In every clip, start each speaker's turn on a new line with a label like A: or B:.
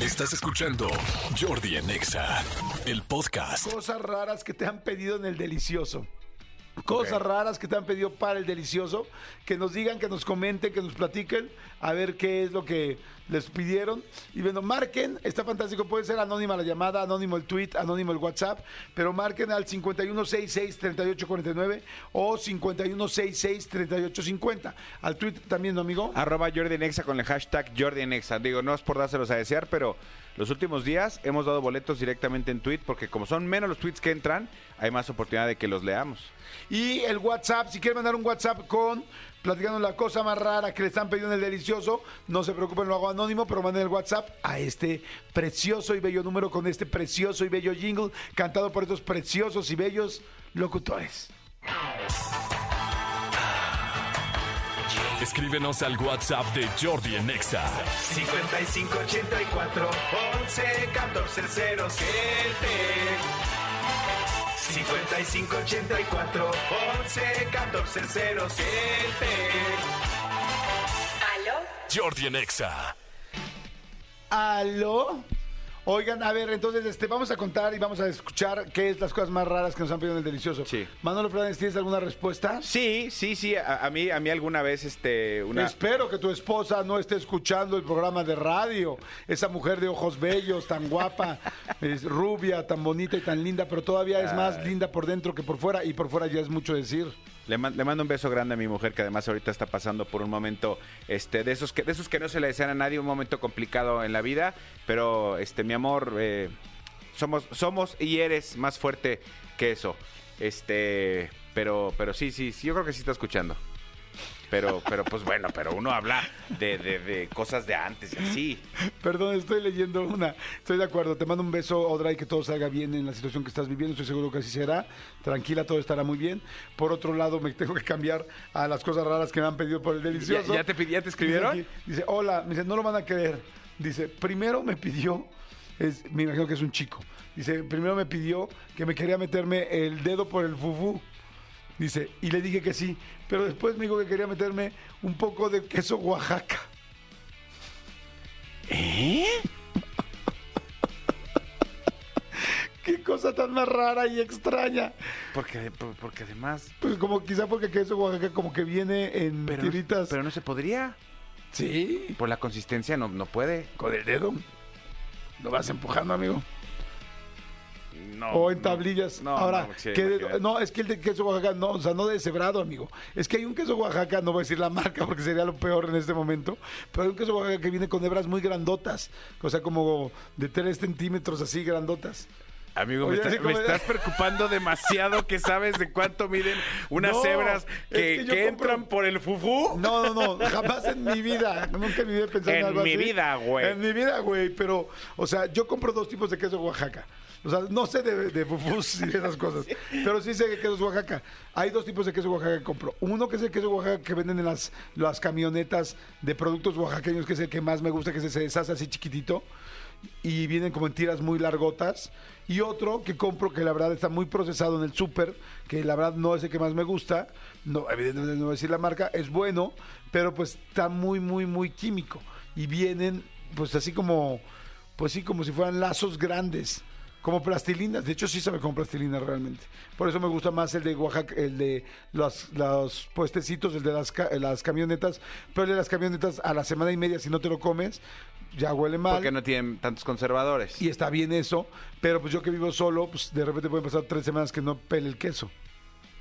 A: Estás escuchando Jordi en Exa, el podcast.
B: Cosas raras que te han pedido en el delicioso. Cosas raras que te han pedido para el delicioso. Que nos digan, que nos comenten, que nos platiquen. A ver qué es lo que les pidieron. Y bueno, marquen. Está fantástico. Puede ser anónima la llamada, anónimo el tweet, anónimo el WhatsApp. Pero marquen al 5166-3849 o 5166-3850. Al tweet también, ¿no, amigo?
C: Arroba Jordi en Exa con el hashtag Jordi en Exa. Digo, no es por dárselos a desear, pero los últimos días hemos dado boletos directamente en tweet porque como son menos los tweets que entran, hay más oportunidad de que los leamos.
B: Y el WhatsApp, si quieren mandar un WhatsApp con platicando la cosa más rara que le están pidiendo en el delicioso, no se preocupen, lo hago anónimo, pero manden el WhatsApp a este precioso y bello número con este precioso y bello jingle cantado por estos preciosos y bellos locutores.
A: Escríbenos al WhatsApp de Jordi en Exa.
D: 5584 11 14 07 5584 11 14 07
A: Jordi en Exa.
B: ¿Aló? Oigan, a ver, entonces este, vamos a contar y vamos a escuchar qué es las cosas más raras que nos han pedido en el delicioso.
C: Sí.
B: Manolo Flores, ¿tienes alguna respuesta?
C: Sí, sí, sí. A, a mí, a mí alguna vez, este, una.
B: Espero que tu esposa no esté escuchando el programa de radio. Esa mujer de ojos bellos, tan guapa, es rubia, tan bonita y tan linda, pero todavía es más linda por dentro que por fuera. Y por fuera ya es mucho decir.
C: Le, man- le mando un beso grande a mi mujer que además ahorita está pasando por un momento este de esos que de esos que no se le desean a nadie un momento complicado en la vida, pero este mi amor eh, somos somos y eres más fuerte que eso. Este, pero pero sí, sí, sí, yo creo que sí está escuchando. Pero pero pues bueno, pero uno habla de, de- de cosas de antes y así.
B: Perdón, estoy leyendo una. Estoy de acuerdo. Te mando un beso, Odra, y que todo salga bien en la situación que estás viviendo. Estoy seguro que así será. Tranquila, todo estará muy bien. Por otro lado, me tengo que cambiar a las cosas raras que me han pedido por el delicioso.
C: ¿Ya- ya te pidi- ya te escribieron?
B: Dice, aquí, dice, hola. Me dice, no lo van a creer. Dice, primero me pidió, es, me imagino que es un chico. Dice, primero me pidió que me quería meterme el dedo por el fufú. Dice, y le dije que sí. Pero después me dijo que quería meterme un poco de queso Oaxaca. Qué cosa tan más rara y extraña.
C: Porque porque además
B: Pues como quizá porque queso Oaxaca como que viene en
C: pero, no-
B: tiritas.
C: pero no se podría.
B: Sí.
C: Por la consistencia no, no puede.
B: Con el dedo. Lo vas empujando, amigo.
C: No,
B: o en
C: no.
B: tablillas.
C: No,
B: Ahora,
C: no, sí,
B: que de-
C: imagínate.
B: no, es que el de queso Oaxaca, no, o sea, no deshebrado, amigo. Es que hay un queso Oaxaca, no voy a decir la marca porque sería lo peor en este momento, pero hay un queso Oaxaca que viene con hebras muy grandotas, o sea, como de 3 centímetros así grandotas.
C: Amigo,
B: Oye,
C: me, está-
B: así como
C: me
B: de-
C: estás preocupando demasiado que sabes de cuánto miden unas
B: No,
C: cebras que,
B: es que yo
C: que
B: compro-
C: entran por el fufú.
B: No, no, no, jamás en mi vida. Nunca en mi vida he pensado en,
C: En
B: algo
C: mi
B: así.
C: vida, güey.
B: En mi vida, güey. Pero, o sea, yo compro dos tipos de queso Oaxaca. O sea, no sé de, de fufús y de esas cosas. Pero sí sé de quesos Oaxaca. Hay dos tipos de queso Oaxaca que compro. Uno que es el queso Oaxaca que venden en las, las camionetas de productos oaxaqueños, que es el que más me gusta, que se, se deshace así chiquitito. Y vienen como en tiras muy largotas. Y otro que compro que la verdad está muy procesado en el súper, que la verdad no es el que más me gusta. No, evidentemente no voy a decir la marca, es bueno, pero pues está muy, muy, muy químico. Y vienen, pues así como, pues sí, como si fueran lazos grandes. Como plastilinas, de hecho sí sabe como plastilina realmente. Por eso me gusta más el de Oaxaca, el de los, los puestecitos, el de las, ca- las camionetas. Pero el de las camionetas a la semana y media, si no te lo comes, ya huele mal.
C: Porque no tienen tantos conservadores.
B: Y está bien eso, pero pues yo que vivo solo, pues de repente pueden pasar tres semanas que no pele el queso.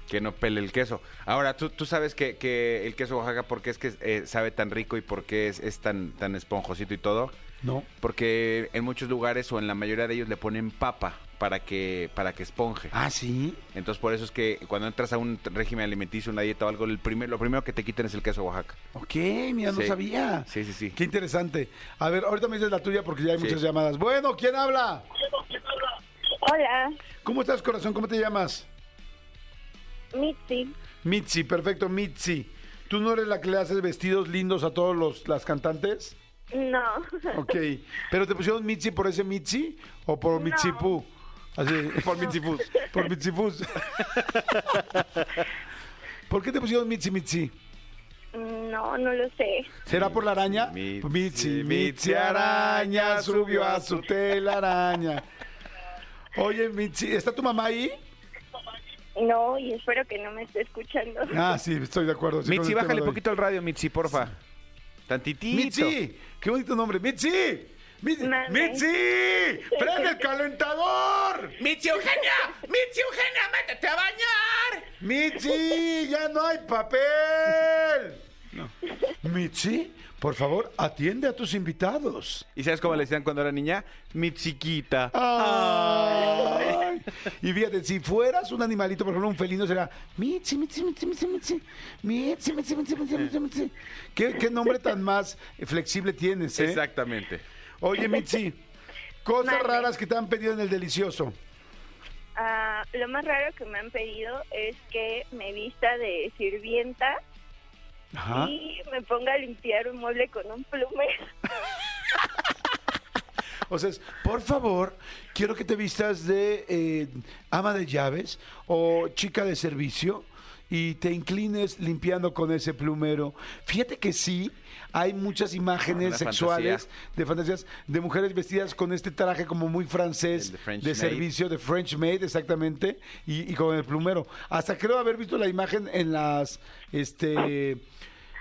C: Que no pele el queso. Ahora, tú, tú sabes que, que el queso Oaxaca, ¿por qué es que eh, sabe tan rico y por qué es, es tan, tan esponjosito y todo?
B: No.
C: Porque en muchos lugares o en la mayoría de ellos le ponen papa para que, para que esponje.
B: Ah, sí.
C: Entonces, por eso es que cuando entras a un régimen alimenticio, una dieta o algo, el primer, lo primero que te quitan es el queso Oaxaca.
B: Ok, mira, no
C: Sí.
B: sabía.
C: Sí, sí, sí.
B: Qué interesante. A ver, ahorita me dices la tuya porque ya hay
C: Sí.
B: muchas llamadas. Bueno, ¿quién habla?
E: Hola,
B: ¿Cómo estás, corazón? ¿Cómo te llamas?
E: Mitzi.
B: Mitzi, perfecto, Mitzi. ¿Tú no eres la que le haces vestidos lindos a todos los las cantantes?
E: No,
B: Ok. ¿Pero te pusieron Mitzi por ese Mitzi o por Mitzipú? Así, por Mitzipús. Por Mitzipús. ¿Por qué te pusieron Mitzi Mitzi?
E: No, no lo sé.
B: ¿Será por la araña? Pues
C: Mitzi,
B: Mitzi, Mitzi
C: Mitzi
B: araña
C: araña
B: subió a su telaraña. Oye, Mitzi, ¿está tu mamá ahí?
E: No, y espero que no me esté escuchando.
B: Ah, sí, estoy de acuerdo. sí, con
C: Mitzi,
B: el tema de
C: bájale
B: hoy.
C: poquito el radio, Mitzi, porfa. Tantitito.
B: Mitzi, qué bonito nombre. Mitzi, Mitzi,
E: Mande.
B: Mitzi, prende el calentador.
F: ¡Mitzi Eugenia! ¡Mitzi Eugenia, métete a bañar!
B: Mitzi, ya no hay papel. Mitzi, por favor, atiende a tus invitados.
C: ¿Y sabes cómo le decían cuando era niña? Mitziquita.
B: Ay. Y fíjate, si fueras un animalito, por ejemplo, un felino, será Mitzi, Mitzi, Mitzi, Mitzi, Mitzi, Mitzi, Mitzi, Mitzi, Mitzi, Mitzi, Mitzi. ¿Qué, qué nombre tan más flexible tienes, eh?
C: Exactamente.
B: Oye, Mitzi, cosas
E: Mande.
B: raras que te han pedido en el delicioso.
E: Ah, lo más raro que me han pedido es que me vista de sirvienta
B: Ajá.
E: y me ponga a limpiar un mueble con un plume.
B: O sea, es, por favor, quiero que te vistas de eh, ama de llaves o chica de servicio y te inclines limpiando con ese plumero. Fíjate que sí, hay muchas imágenes
C: Una
B: sexuales
C: fantasía.
B: de fantasías de mujeres vestidas con este traje como muy francés
C: El de
B: de,
C: French maid.
B: servicio, de French maid, exactamente, y, y con el plumero. Hasta creo haber visto la imagen en las, este,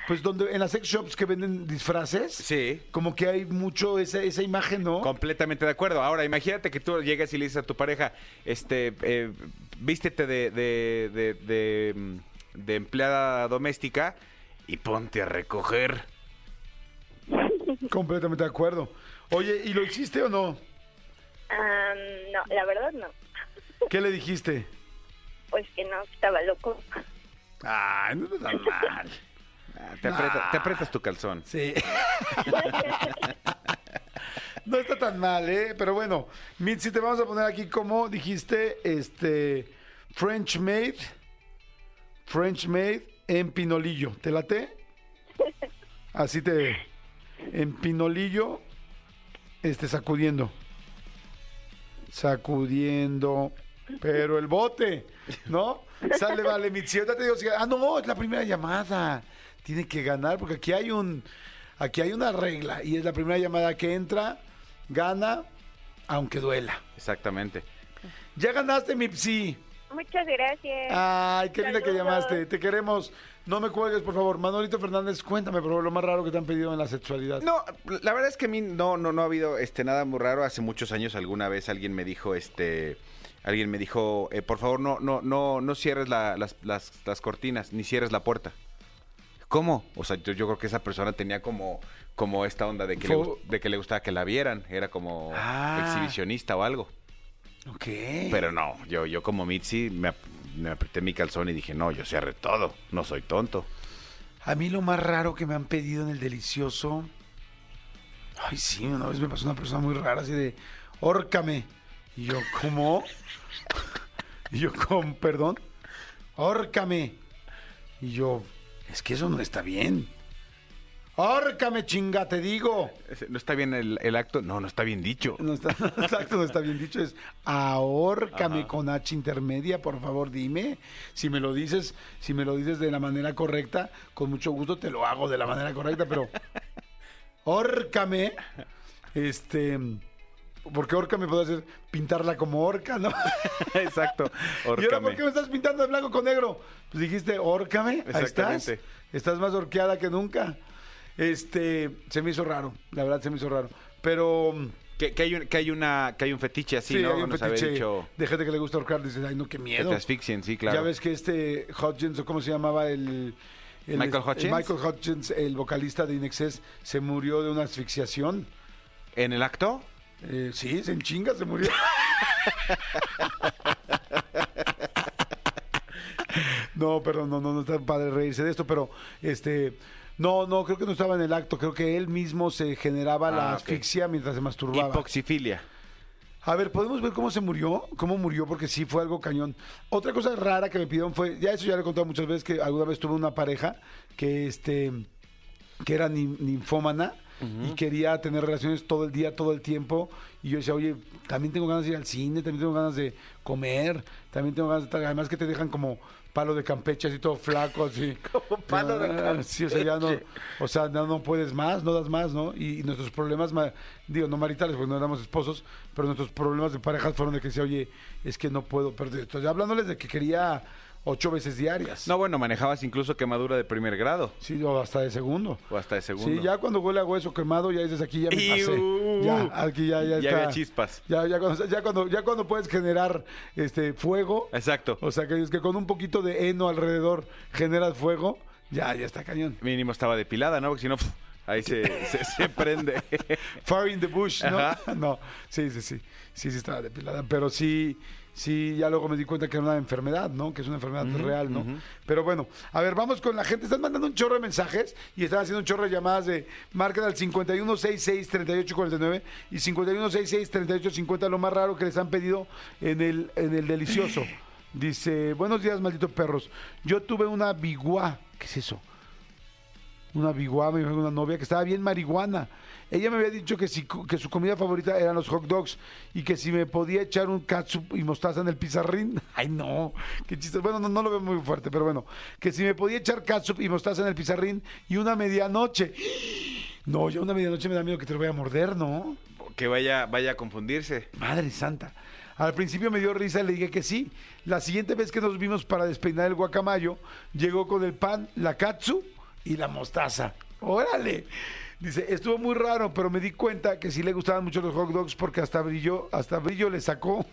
B: pues donde en las sex shops que venden disfraces.
C: Sí.
B: Como que hay mucho esa, esa imagen, ¿no?
C: Completamente de acuerdo. Ahora, imagínate que tú llegas y le dices a tu pareja, este, eh, vístete de, de, de, de, mm, de empleada doméstica y ponte a recoger.
B: Completamente de acuerdo. Oye, ¿y lo hiciste o no?
E: Ah, no, la verdad no.
B: ¿Qué le dijiste?
E: Pues que no, estaba loco.
B: Ay, no te tan mal.
C: Ah, Te, aprieta- te apretas tu calzón.
B: Sí. no está tan mal, ¿eh? Pero bueno, Mitzi, te vamos a poner aquí como dijiste, este, French Maid, French Maid en Pinolillo. ¿Te late? Así te, en Pinolillo, este, sacudiendo. Sacudiendo, pero el bote, ¿no? Sale, vale, Mitzi. Ahorita te digo, si- ah, no, es la primera llamada. Tiene que ganar porque aquí hay un, aquí hay una regla y es la primera llamada que entra, gana, aunque duela.
C: Exactamente.
B: Ya ganaste, Mipsi.
E: Muchas gracias.
B: Ay, qué linda que
E: Saludos.
B: llamaste. Te queremos. No me cuelgues, por favor. Manolito Fernández, cuéntame, por favor, lo más raro que te han pedido en la sexualidad.
C: No, la verdad es que a mí no, no, no ha habido este, nada muy raro. Hace muchos años alguna vez alguien me dijo, este, alguien me dijo, eh, por favor no, no, no, no cierres la- las, las- las cortinas, ni cierres la puerta. ¿Cómo? O sea, yo, yo creo que esa persona tenía como, como esta onda de que, le,
B: Fo-
C: gust- de que le gustaba que la vieran. Era como
B: Ah.
C: exhibicionista o algo.
B: Ok.
C: Pero no, yo, yo como Mitzi me, ap- me apreté mi calzón y dije, no, yo cierre todo, no soy tonto.
B: A mí lo más raro que me han pedido en el delicioso. Ay, sí, una vez me pasó una persona muy rara así de, órcame. Y yo, ¿cómo? Y yo, con perdón, órcame. Y yo, es que eso no está bien. Órcame, chinga, te digo.
C: ¿No está bien el, el acto? No, no está bien dicho.
B: No está, exacto, no está bien dicho. Es ahórcame
C: Ajá.
B: con H intermedia, por favor, dime. Si me lo dices, si me lo dices de la manera correcta, con mucho gusto te lo hago de la manera correcta, pero órcame, este, porque orca me puedo hacer pintarla como orca, ¿no?
C: Exacto.
B: ¿Y ahora por
C: ahórcame.
B: qué me estás pintando de blanco con negro? Pues dijiste, órcame, ahí estás.
C: Exactamente.
B: Estás más orqueada que nunca. Este, se me hizo raro, la verdad se me hizo raro. Pero
C: Que, que hay un, que hay una, que hay un fetiche así,
B: Sí,
C: ¿no?
B: hay un
C: Nos había
B: fetiche
C: dicho
B: de gente que le gusta ahorcar. Dices, ay, no, qué
C: que
B: miedo.
C: te asfixien, sí, claro.
B: Ya ves que este Hodgins, o cómo se llamaba el... el-
C: Michael
B: el
C: Hutchins.
B: Michael Hutchins, el vocalista de Inexcess, se murió de una asfixiación.
C: ¿En el acto?
B: Eh, sí, se enchinga, se murió. no, perdón, no, no, no está padre reírse de esto, pero este... No, no, creo que no estaba en el acto. Creo que él mismo se generaba la
C: Ah, ok.
B: asfixia mientras se masturbaba.
C: Hipoxifilia.
B: A ver, ¿podemos ver cómo se murió? ¿Cómo murió? Porque sí fue algo cañón. Otra cosa rara que me pidieron fue, ya eso ya lo he contado muchas veces, que alguna vez tuve una pareja que este que era nin- ninfómana y quería tener relaciones todo el día, todo el tiempo. Y yo decía, oye, también tengo ganas de ir al cine, también tengo ganas de comer, también tengo ganas de tal. Además que te dejan como palo de Campeche, así todo flaco, así.
F: Como palo de
B: Ah, Sí, o sea, ya no,
F: Campeche.
B: o sea, no, no puedes más, no das más, ¿no? Y, y nuestros problemas, ma- digo, no maritales, porque no éramos esposos, pero nuestros problemas de parejas fueron de que decía, oye, es que no puedo perder. Entonces, hablándoles de que quería ocho veces diarias.
C: No, bueno, manejabas incluso quemadura de primer grado.
B: Sí, o hasta de segundo.
C: O hasta de segundo.
B: Sí, ya cuando huele a hueso quemado, ya dices aquí ya me pasé.
C: Iu.
B: Ya, aquí ya, ya
C: Ya
B: está.
C: había chispas.
B: Ya, ya, cuando, ya, cuando, ya cuando puedes generar este fuego.
C: Exacto.
B: O sea, que, es que con un poquito de heno alrededor generas fuego, ya, ya está cañón.
C: Mínimo estaba depilada, ¿no? Porque si no, pf, ahí se, se, se prende.
B: Fire in the bush, ¿no?
C: Ajá.
B: No, sí, sí, sí. Sí, sí estaba depilada. Pero sí, sí, ya luego me di cuenta que era una enfermedad, ¿no? Que es una enfermedad real, ¿no? Pero bueno, a ver, vamos con la gente. Están mandando un chorro de mensajes y están haciendo un chorro de llamadas de marquen al 5166-3849 y 5166-3850, lo más raro que les han pedido en el, en el delicioso. Dice, buenos días, malditos perros. Yo tuve una biguá. ¿Qué es eso? una biguá, me imagino, una novia que estaba bien marihuana. Ella me había dicho que, si, cu- que su comida favorita eran los hot dogs y que si me podía echar un catsup y mostaza en el pizarrín. Ay, no, qué chiste. Bueno, no, no lo veo muy fuerte, pero bueno. Que si me podía echar catsup y mostaza en el pizarrín y una medianoche. No, ya una medianoche me da miedo que te lo voy a morder, ¿no?
C: que vaya, vaya a confundirse.
B: Madre santa. Al principio me dio risa y le dije que sí. La siguiente vez que nos vimos para despeinar el guacamayo, llegó con el pan, la katsu y la mostaza. ¡Órale! Dice, estuvo muy raro, pero me di cuenta que sí le gustaban mucho los hot dogs porque hasta brillo, hasta brillo le sacó.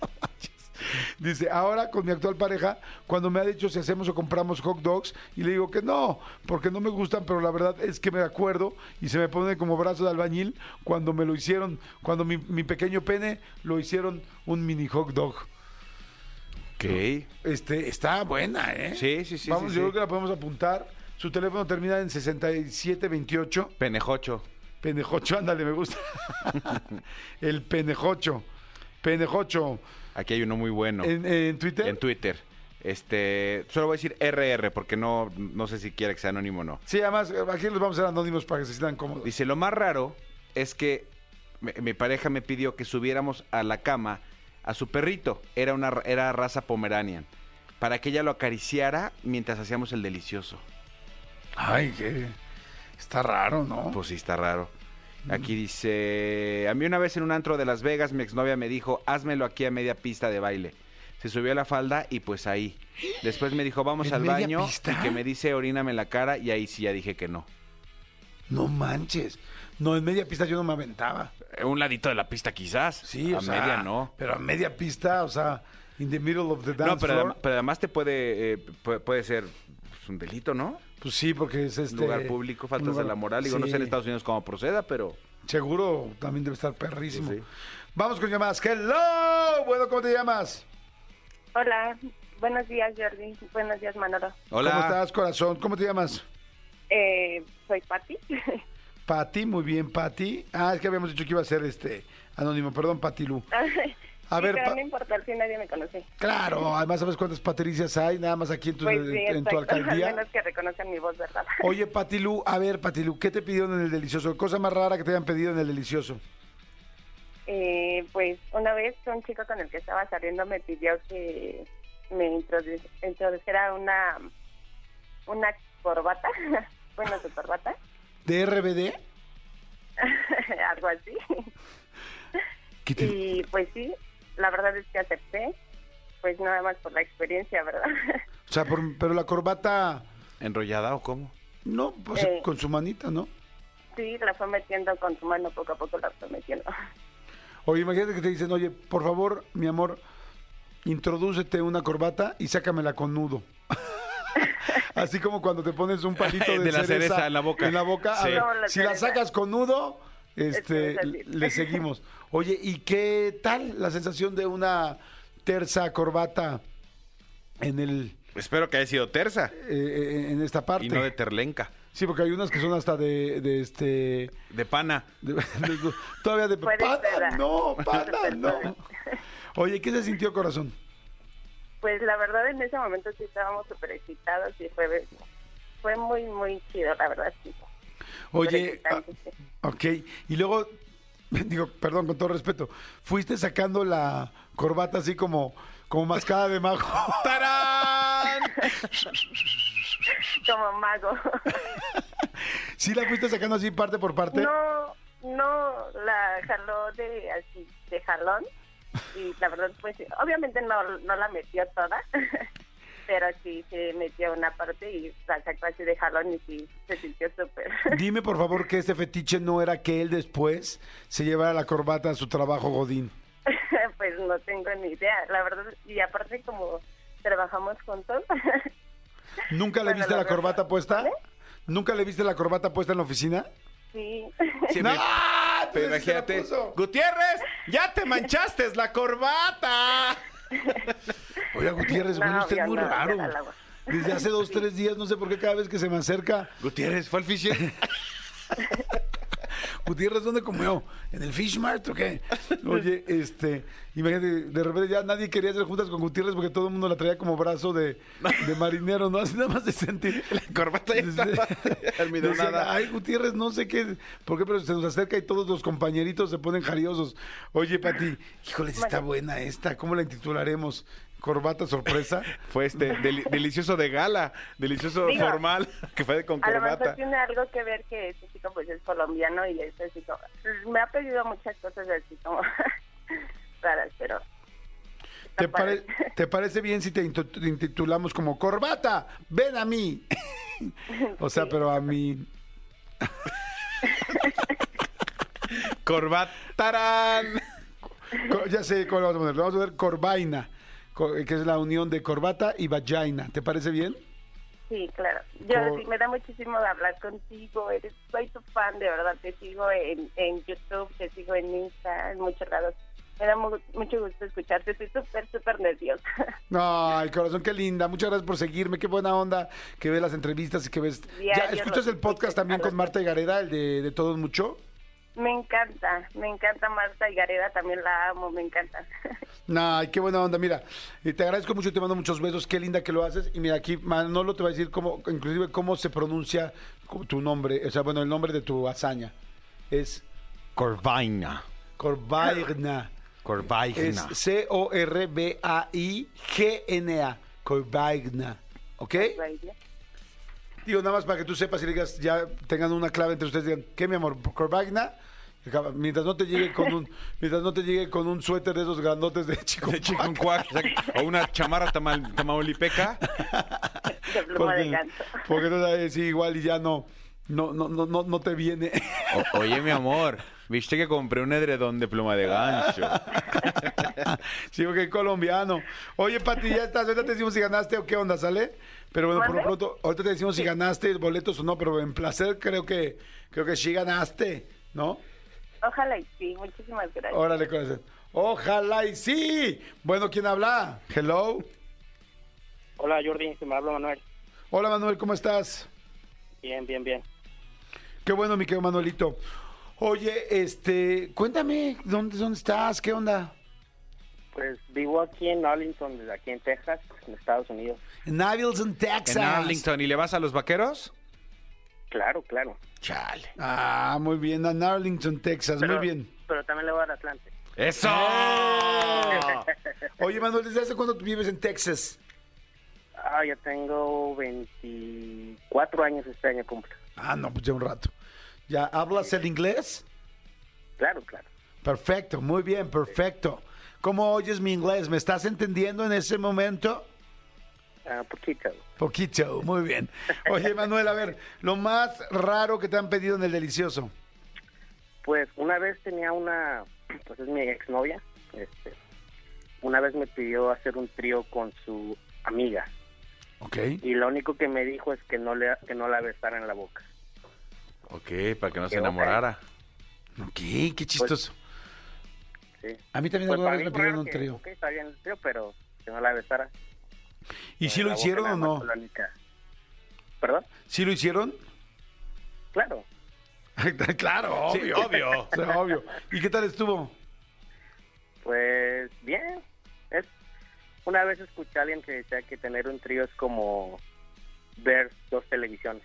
B: No manches. Dice, ahora con mi actual pareja, cuando me ha dicho si hacemos o compramos hot dogs, y le digo que no, porque no me gustan, pero la verdad es que me acuerdo y se me pone como brazo de albañil cuando me lo hicieron, cuando mi, mi pequeño pene lo hicieron un mini hot dog.
C: Ok.
B: Este, está buena, ¿eh?
C: Sí, sí, sí,
B: Vamos,
C: sí,
B: yo
C: sí.
B: creo que la podemos apuntar. Su teléfono termina en 6728.
C: Penejocho.
B: Penejocho, ándale, me gusta. El penejocho. Penejocho.
C: Aquí hay uno muy bueno.
B: En, en Twitter.
C: En Twitter. Este, solo voy a decir RR porque no, no sé si quiere que sea anónimo o no.
B: Sí, además, eh, aquí los vamos a hacer anónimos para que se sientan cómodos.
C: Dice, lo más raro es que mi, mi pareja me pidió que subiéramos a la cama a su perrito. Era una ra- era raza pomeranian. Para que ella lo acariciara mientras hacíamos el delicioso.
B: Ay, que está raro, ¿no?
C: Pues sí, está raro. Aquí
B: Mm.
C: dice, a mí una vez en un antro de Las Vegas mi exnovia me dijo, házmelo aquí a media pista de baile. Se subió a la falda y pues ahí. Después me dijo, vamos
B: ¿En
C: al
B: media
C: baño
B: pista?
C: y que me dice, oríname en la cara y ahí sí ya dije que no.
B: no manches. No, en media pista yo no me aventaba.
C: Eh, Un ladito de la pista quizás.
B: Sí,
C: a
B: o sea,
C: media no.
B: Pero a media pista, o sea, in the middle of the dance
C: No, pero,
B: floor.
C: adem- pero además te puede, eh, pu- puede ser pues, un delito, ¿no?
B: Pues sí, porque es este...
C: lugar público, faltas
B: un lugar-
C: a la moral. Digo, no sé en
B: Sí.
C: Estados Unidos cómo proceda, pero...
B: Seguro también debe estar perrísimo.
C: Pues sí.
B: Vamos con llamadas. ¡Hello! Bueno, ¿cómo te llamas?
E: Hola, buenos días Jordi, buenos días Manolo.
C: Hola.
B: ¿Cómo estás, corazón? ¿Cómo te llamas?
E: Eh, soy Patti.
B: Pati, muy bien, Pati. Ah, es que habíamos dicho que iba a ser este anónimo, perdón, Patilú. A
E: Sí,
B: ver,
E: pero
B: pa-
E: no importa, al fin nadie me conoce.
B: Claro, además sabes cuántas patricias hay, nada más aquí en tu,
E: Pues
B: en
E: sí,
B: tu
E: exacto,
B: alcaldía.
E: al menos que reconocen mi voz, ¿verdad?
B: Oye, Patilú, a ver, Patilú, ¿qué te pidieron en el delicioso? Cosa más rara que te hayan pedido en el delicioso.
E: Eh, pues una vez un chico con el que estaba saliendo me pidió que me introdu- introdujera una una corbata, bueno, su corbata,
B: ¿De RBD?
E: algo así.
B: ¿Qué te-
E: Y pues sí, la verdad es que acepté, pues nada más por la experiencia, ¿verdad?
B: O sea, por- pero la corbata,
C: ¿Enrollada o cómo?
B: no, pues
E: Eh.
B: con su manita, ¿no?
E: Sí, la fue metiendo con su mano, poco a poco la fue metiendo.
B: Oye, imagínate que te dicen, oye, por favor, mi amor, introdúcete una corbata y sácamela con nudo. Así como cuando te pones un palito de,
C: De la cereza en la boca.
B: En la boca. A
C: Sí.
B: ver,
E: No, la
B: si la
E: cereza.
B: sacas con nudo, este,
E: Espero salir.
B: le seguimos. Oye, ¿y qué tal la sensación de una terza corbata en el
C: Espero que haya sido terza
B: eh, en esta parte?
C: y no de terlenca.
B: Sí, porque hay unas que son hasta de, de este
C: De pana.
B: de- de- todavía de
E: Puede
B: pana,
E: ser,
B: no,
E: puede
B: pana,
E: ser,
B: no.
E: puede
B: Oye, ¿qué se sintió corazón?
E: Pues la verdad en ese momento sí estábamos súper excitados y fue, fue muy, muy chido, la verdad. Sí. Súper
B: Oye,
E: excitante, sí.
B: ah, ok, y luego, digo, perdón, con todo respeto, fuiste sacando la corbata así como, como mascada de majo.
C: ¡Tarán!
E: como mago.
B: ¿Sí la fuiste sacando así parte por parte?
E: No, no, la jaló de, así, de jalón. Y la verdad, pues, obviamente no, no la metió toda. Pero sí se metió una parte y la sacó así de jalón y sí se sintió súper.
B: Dime, por favor, que este fetiche no era que él después se llevara la corbata a su trabajo, Godín.
E: pues no tengo ni idea, la verdad. Y aparte, como trabajamos juntos.
B: ¿Nunca le
E: Bueno,
B: viste
E: la
B: la
E: verdad.
B: corbata puesta?
E: ¿Vale?
B: ¿Nunca le viste la corbata puesta en la oficina?
E: Sí.
C: Sí,
B: ¡No!
C: me- Pero
B: Entonces se la
C: imagínate,
B: puso.
C: Gutiérrez, ya te manchaste la corbata.
B: Oiga, Gutiérrez,
E: No,
B: bueno, usted es
E: ya
B: muy
E: no, ya
B: raro.
E: al agua.
B: Desde hace dos, tres días, no sé por qué cada vez que se me acerca,
C: Gutiérrez, fue al fisher.
B: Gutiérrez, ¿dónde comió? ¿En el Fish Mart o qué? Oye, este, imagínate, de repente ya nadie quería hacer juntas con Gutiérrez porque todo el mundo la traía como brazo de, de marinero, ¿no? Así nada más de sentir. La
C: corbata ya estaba almidonada.
B: Ay, Gutiérrez, no sé qué, por qué, pero se nos acerca y todos los compañeritos se ponen jariosos. Oye, Pati, híjoles, está buena esta, ¿cómo la intitularemos? ¿Corbata sorpresa?
C: Fue este deli- delicioso de gala, delicioso
E: Digo,
C: formal, que fue con
E: A lo mejor
C: corbata.
E: tiene algo que ver que este chico pues es colombiano y es así como... mm, Me ha pedido muchas cosas así como raras, pero... está
B: ¿Te, pare-
E: padre.
B: ¿Te parece bien si te intu- te intitulamos como Corbata? Ven a mí. o sea, pero a mí.
C: Corbatarán.
B: co- Ya sé cómo lo vamos a poner. Lo vamos a poner Corvaina, co- que es la unión de corbata y vagina. ¿Te parece bien?
E: Sí, claro. Yo
B: Cor-
E: sí, me da muchísimo de hablar contigo. Eres, soy tu fan, de verdad. Te sigo en, en YouTube, te sigo en Insta, en muchos lados. Me da mu- mucho gusto escucharte. Estoy súper, súper nerviosa.
B: Ay, corazón, qué linda. Muchas gracias por seguirme. Qué buena onda que ves las entrevistas y que ves.
E: Diario
B: ya, ¿escuchas
E: los
B: el podcast
E: escucho a
B: también con
E: los-
B: Marta y Gareda, el de, de Todos Mucho?
E: Me encanta, me encanta Marta y Gareda, también la amo, me encanta.
B: Ay, qué buena onda. Mira, eh, te agradezco mucho, te mando muchos besos. Qué linda que lo haces. Y mira, aquí Manolo te va a decir cómo, inclusive cómo se pronuncia cu- tu nombre. O sea, bueno, el nombre de tu hazaña. Es
C: Corvaina.
B: Corvaigna. Es
C: Corvaina.
B: C-O-R-B-A-I-G-N-A. Corvaigna. ¿Ok? Digo, nada más para que tú sepas y digas, ya tengan una clave entre ustedes, digan, ¿qué, mi amor? ¿Corvagna? Y acaba- Mientras no te llegue con un, mientras no te llegue con un suéter de esos grandotes de chico.
C: De chikunguac, o una chamarra tamal- tamaulipeca.
E: De pluma de
B: Porque,
E: ganso.
B: porque no sabes si igual y ya no, no, no, no, no, no te viene.
C: O- oye, mi amor, viste que compré un edredón de pluma de gancho.
B: sí, porque es colombiano. Oye, Pati, ya estás, ahorita te decimos si ganaste o qué onda, ¿sale? Pero bueno, por lo
E: ¿Mande?
B: pronto, ahorita te decimos si ganaste boletos o no, pero en placer creo que, creo que sí ganaste, ¿no?
E: Ojalá y sí, muchísimas gracias.
B: Órale, corazón. Ojalá y sí. Bueno, ¿quién habla? Hello.
G: Hola Jordi, se me habla Manuel.
B: Hola, Manuel, ¿cómo estás?
G: Bien, bien, bien.
B: Qué bueno, mi querido Manuelito. Oye, este, cuéntame, ¿dónde, dónde estás? ¿Qué onda?
G: Pues vivo aquí en Arlington, desde aquí en Texas, en Estados Unidos.
B: En Arlington, Texas.
C: En Arlington, ¿y le vas a los vaqueros?
G: Claro, claro.
C: Chale.
B: Ah, muy bien, en Arlington, Texas, Pues muy bien.
G: Pero también le voy al Atlante.
C: ¡Eso!
B: Ah. Oye, Manuel, ¿desde hace cuándo tú vives en Texas?
G: Ah, ya tengo 24 años este año cumple.
B: Ah, no, pues ya un rato. ¿Ya hablas el inglés?
G: Claro, claro.
B: Perfecto, muy bien, perfecto. ¿Cómo oyes mi inglés? ¿Me estás entendiendo en ese momento?
G: Ah, poquito.
B: Poquito, muy bien. Oye, Manuel, a ver, lo más raro que te han pedido en el delicioso.
G: Pues una vez tenía una, pues es mi exnovia, este, una vez me pidió hacer un trío con su amiga
B: Ok.
G: y lo único que me dijo es que no le que no la besara en la boca.
C: Ok, para que no se
G: Ok.
C: enamorara.
B: Ok, qué chistoso.
G: Sí.
B: A mí también
G: Pues
B: alguna
G: para
B: vez
G: mí
B: me pidieron
G: claro
B: un
G: que,
B: trío.
G: ok, está bien el trío, pero que no la besara.
B: ¿Y si lo
G: La boca
B: hicieron
G: nada
B: o
G: más
B: no?
G: con la única. ¿Perdón?
B: ¿Sí lo hicieron?
G: Claro.
B: claro,
C: Sí,
B: obvio.
C: obvio.
B: O sea, obvio. ¿Y qué tal estuvo?
G: Pues bien. Es, una vez escuché a alguien que decía que tener un trío es como ver dos televisiones.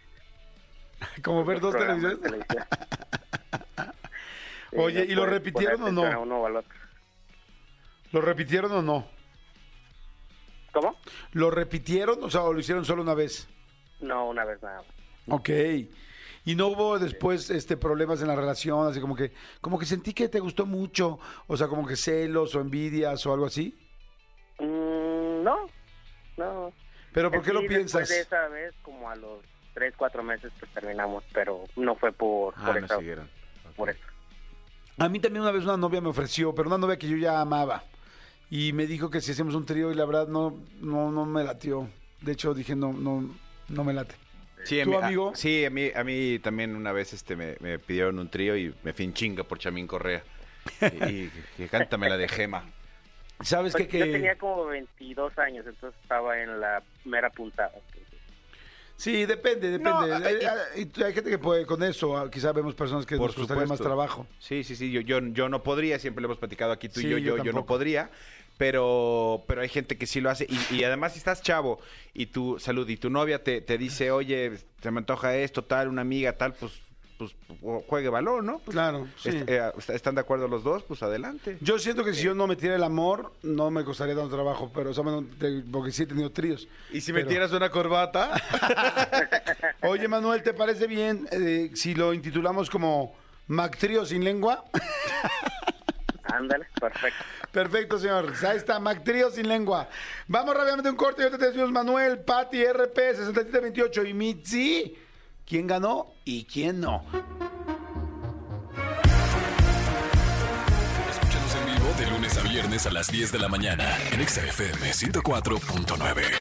B: Como ver dos
G: programas de
B: televisiones.
G: televisión. Sí, pues,
B: Oye,
G: no
B: ¿y lo
G: puedes
B: repitieron
G: poner
B: o no?
G: atención a uno o al otro.
B: ¿Lo repitieron o no?
G: ¿Cómo?
B: ¿Lo repitieron? O sea, ¿o lo hicieron solo una vez?
G: No, una vez nada más.
B: Ok. Y no hubo después este problemas en la relación, así como que como que sentí que te gustó mucho, o sea, como que celos o envidias o algo así.
G: Mm, no, no.
B: Pero ¿por qué
G: Sí,
B: lo
G: Después
B: piensas?
G: de esa vez, como a los tres, cuatro meses, pues terminamos, pero no fue por,
C: Ah,
G: por,
C: no
G: esa-
C: siguieron.
G: por eso.
B: A mí también una vez una novia me ofreció, pero una novia que yo ya amaba. Y me dijo que si hacemos un trío y la verdad no no no me latió. De hecho dije no no no me late.
C: Sí, a
B: ¿Tu
C: mí,
B: amigo?
C: A, sí, a mí, a mí también una vez este me, me pidieron un trío y me fui en chinga por Chamín Correa. Y, y, y cántame la de Gema.
B: ¿Sabes qué?
G: Pues,
B: que
G: Yo tenía como 22 años, entonces estaba en la mera puntada. entonces,
B: Sí, depende, depende.
C: No,
B: hay, hay- hay gente que puede con eso, ah, quizá vemos personas que nos costaría más trabajo.
C: Sí, sí, sí, yo, yo, yo no podría, siempre lo hemos platicado aquí tú
B: Sí,
C: y yo,
B: yo
C: yo, yo, no
B: tampoco.
C: podría, pero, pero hay gente que sí lo hace y, y además si estás chavo y tu salud y tu novia te, te dice, oye, se me antoja esto, tal, una amiga, tal, pues, pues o- juegue valor, ¿no? Pues,
B: Claro, sí.
C: est- eh, est- ¿Están de acuerdo los dos? Pues adelante.
B: Este, Yo siento que si yo no metiera el amor, no me costaría tanto trabajo, pero o sea, bueno, te- porque sí he tenido tríos. Pero-
C: una corbata?
B: Oye, Manuel, ¿te parece bien eh, si lo intitulamos como Mac Trío sin lengua?
G: Ándale, perfecto.
B: Perfecto, señor. Ahí está, Mac Trío sin lengua. Vamos rápidamente a un corte. Yo te decimos Manuel, Pati, RP, 6728 y Mitzi. ¿Quién ganó y quién no?
A: Escúchanos en vivo de lunes a viernes a las 10 de la mañana en Exa FM 104.9.